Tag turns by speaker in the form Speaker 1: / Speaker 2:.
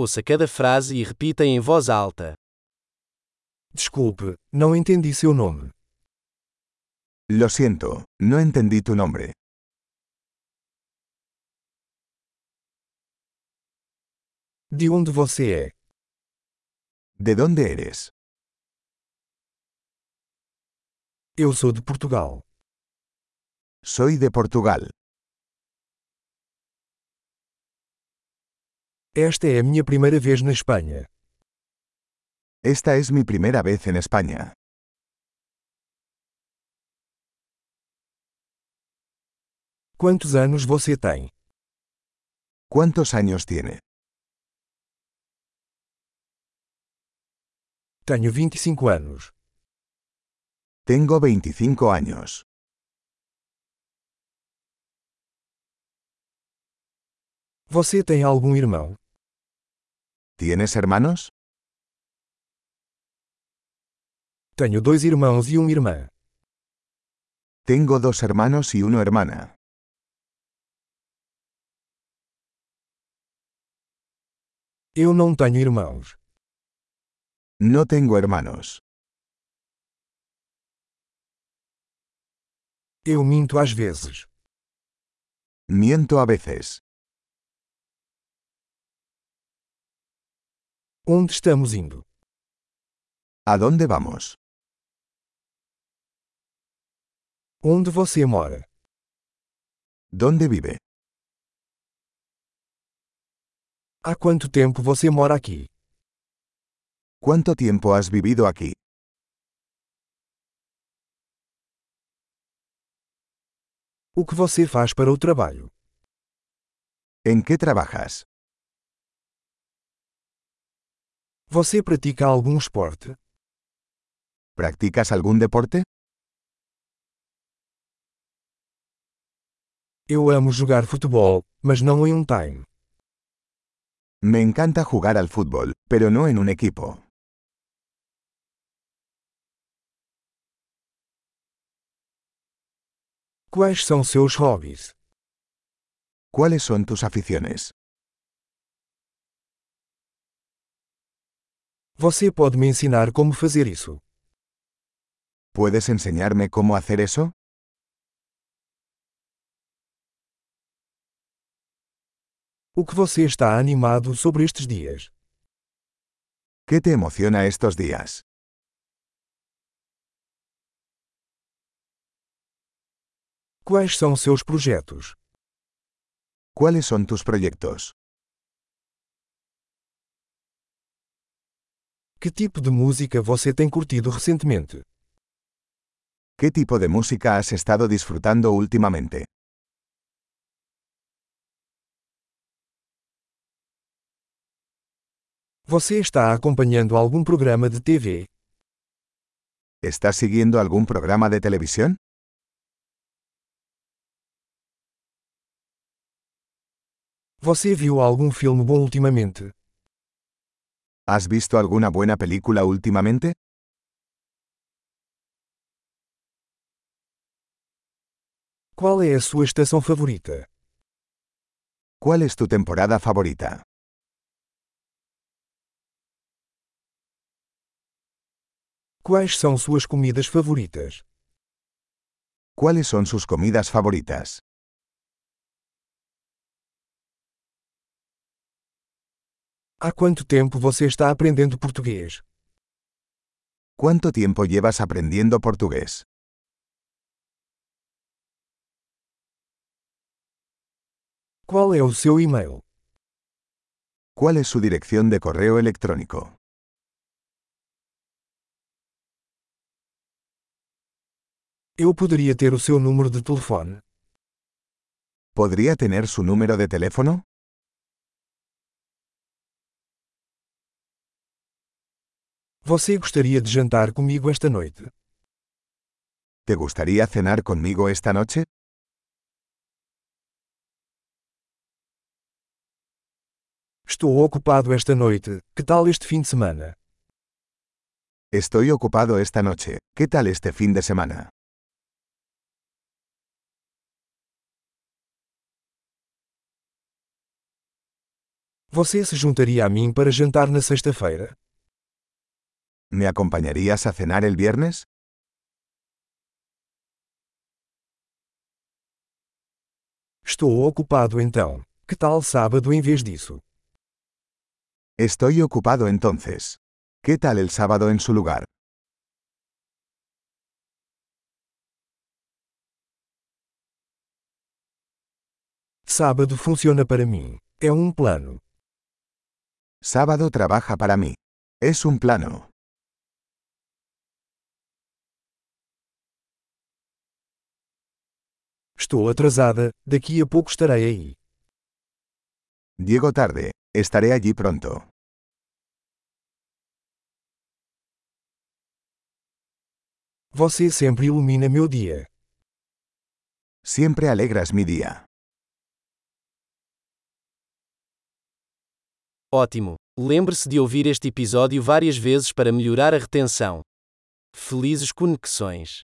Speaker 1: Ouça cada frase e repita em voz alta.
Speaker 2: Desculpe, não entendi seu nome.
Speaker 3: Lo siento, no entendí tu nombre.
Speaker 2: De onde você é?
Speaker 3: ¿De dónde eres?
Speaker 2: Eu sou de Portugal.
Speaker 3: Soy de Portugal.
Speaker 2: Esta é a minha primeira vez na Espanha.
Speaker 3: Esta es mi primera vez en España.
Speaker 2: Quantos anos você tem?
Speaker 3: ¿Cuántos años tiene?
Speaker 2: Tenho 25 anos.
Speaker 3: Tengo 25 años.
Speaker 2: Você tem algum irmão?
Speaker 3: ¿Tienes hermanos?
Speaker 2: Tenho dois irmãos e uma irmã.
Speaker 3: Tengo dos hermanos y una hermana.
Speaker 2: Eu não tenho irmãos.
Speaker 3: No tengo hermanos.
Speaker 2: Eu minto às vezes.
Speaker 3: Miento a veces.
Speaker 2: Onde estamos indo?
Speaker 3: ¿A dónde vamos?
Speaker 2: Onde você mora?
Speaker 3: ¿Dónde vive?
Speaker 2: Há quanto tempo você mora aqui?
Speaker 3: ¿Cuánto tiempo has vivido aquí?
Speaker 2: O que você faz para o trabalho?
Speaker 3: ¿En qué trabajas?
Speaker 2: Você pratica algum esporte?
Speaker 3: ¿Practicas algún deporte?
Speaker 2: Eu amo jogar futebol, mas não em um time.
Speaker 3: Me encanta jugar al fútbol, pero no en un equipo.
Speaker 2: Quais são seus hobbies?
Speaker 3: ¿Cuáles son tus aficiones?
Speaker 2: Você pode me ensinar como fazer isso?
Speaker 3: ¿Puedes enseñarme cómo hacer eso?
Speaker 2: O que você está animado sobre estes dias?
Speaker 3: ¿Qué te emociona estos días?
Speaker 2: Quais são seus projetos?
Speaker 3: ¿Cuáles son tus proyectos?
Speaker 2: Que tipo de música você tem curtido recentemente?
Speaker 3: ¿Qué tipo de música has estado disfrutando últimamente?
Speaker 2: Você está acompanhando algum programa de TV?
Speaker 3: ¿Estás siguiendo algún programa de televisión?
Speaker 2: Você viu algum filme bom ultimamente?
Speaker 3: ¿Has visto alguna buena película últimamente?
Speaker 2: Qual é a sua estação favorita?
Speaker 3: ¿Cuál es tu é temporada favorita?
Speaker 2: Quais são suas comidas favoritas?
Speaker 3: ¿Cuáles son sus comidas favoritas?
Speaker 2: Há quanto tempo você está aprendendo português?
Speaker 3: ¿Cuánto tiempo llevas aprendiendo portugués?
Speaker 2: Qual é o seu e-mail?
Speaker 3: ¿Cuál es su dirección de correo electrónico?
Speaker 2: Eu poderia ter o seu número de telefone?
Speaker 3: ¿Podría tener su número de teléfono?
Speaker 2: Você gostaria de jantar comigo esta noite?
Speaker 3: ¿Te gustaría cenar conmigo esta noche?
Speaker 2: Estou ocupado esta noite, que tal este fim de semana?
Speaker 3: Estoy ocupado esta noche. ¿Qué tal este fin de semana?
Speaker 2: Você se juntaria a mim para jantar na sexta-feira?
Speaker 3: ¿Me acompañarías a cenar el viernes?
Speaker 2: Estou ocupado então. Que tal sábado em vez disso?
Speaker 3: Estoy ocupado entonces. ¿Qué tal el sábado en su lugar?
Speaker 2: Sábado funciona para mim. É um plano.
Speaker 3: Sábado trabaja para mí. Es un plano.
Speaker 2: Estou atrasada, daqui a pouco estarei aí.
Speaker 3: Llego tarde. Estaré allí pronto.
Speaker 2: Você sempre ilumina meu dia.
Speaker 3: Siempre alegras mi día.
Speaker 1: Ótimo! Lembre-se de ouvir este episódio várias vezes para melhorar a retenção. Felizes conexões!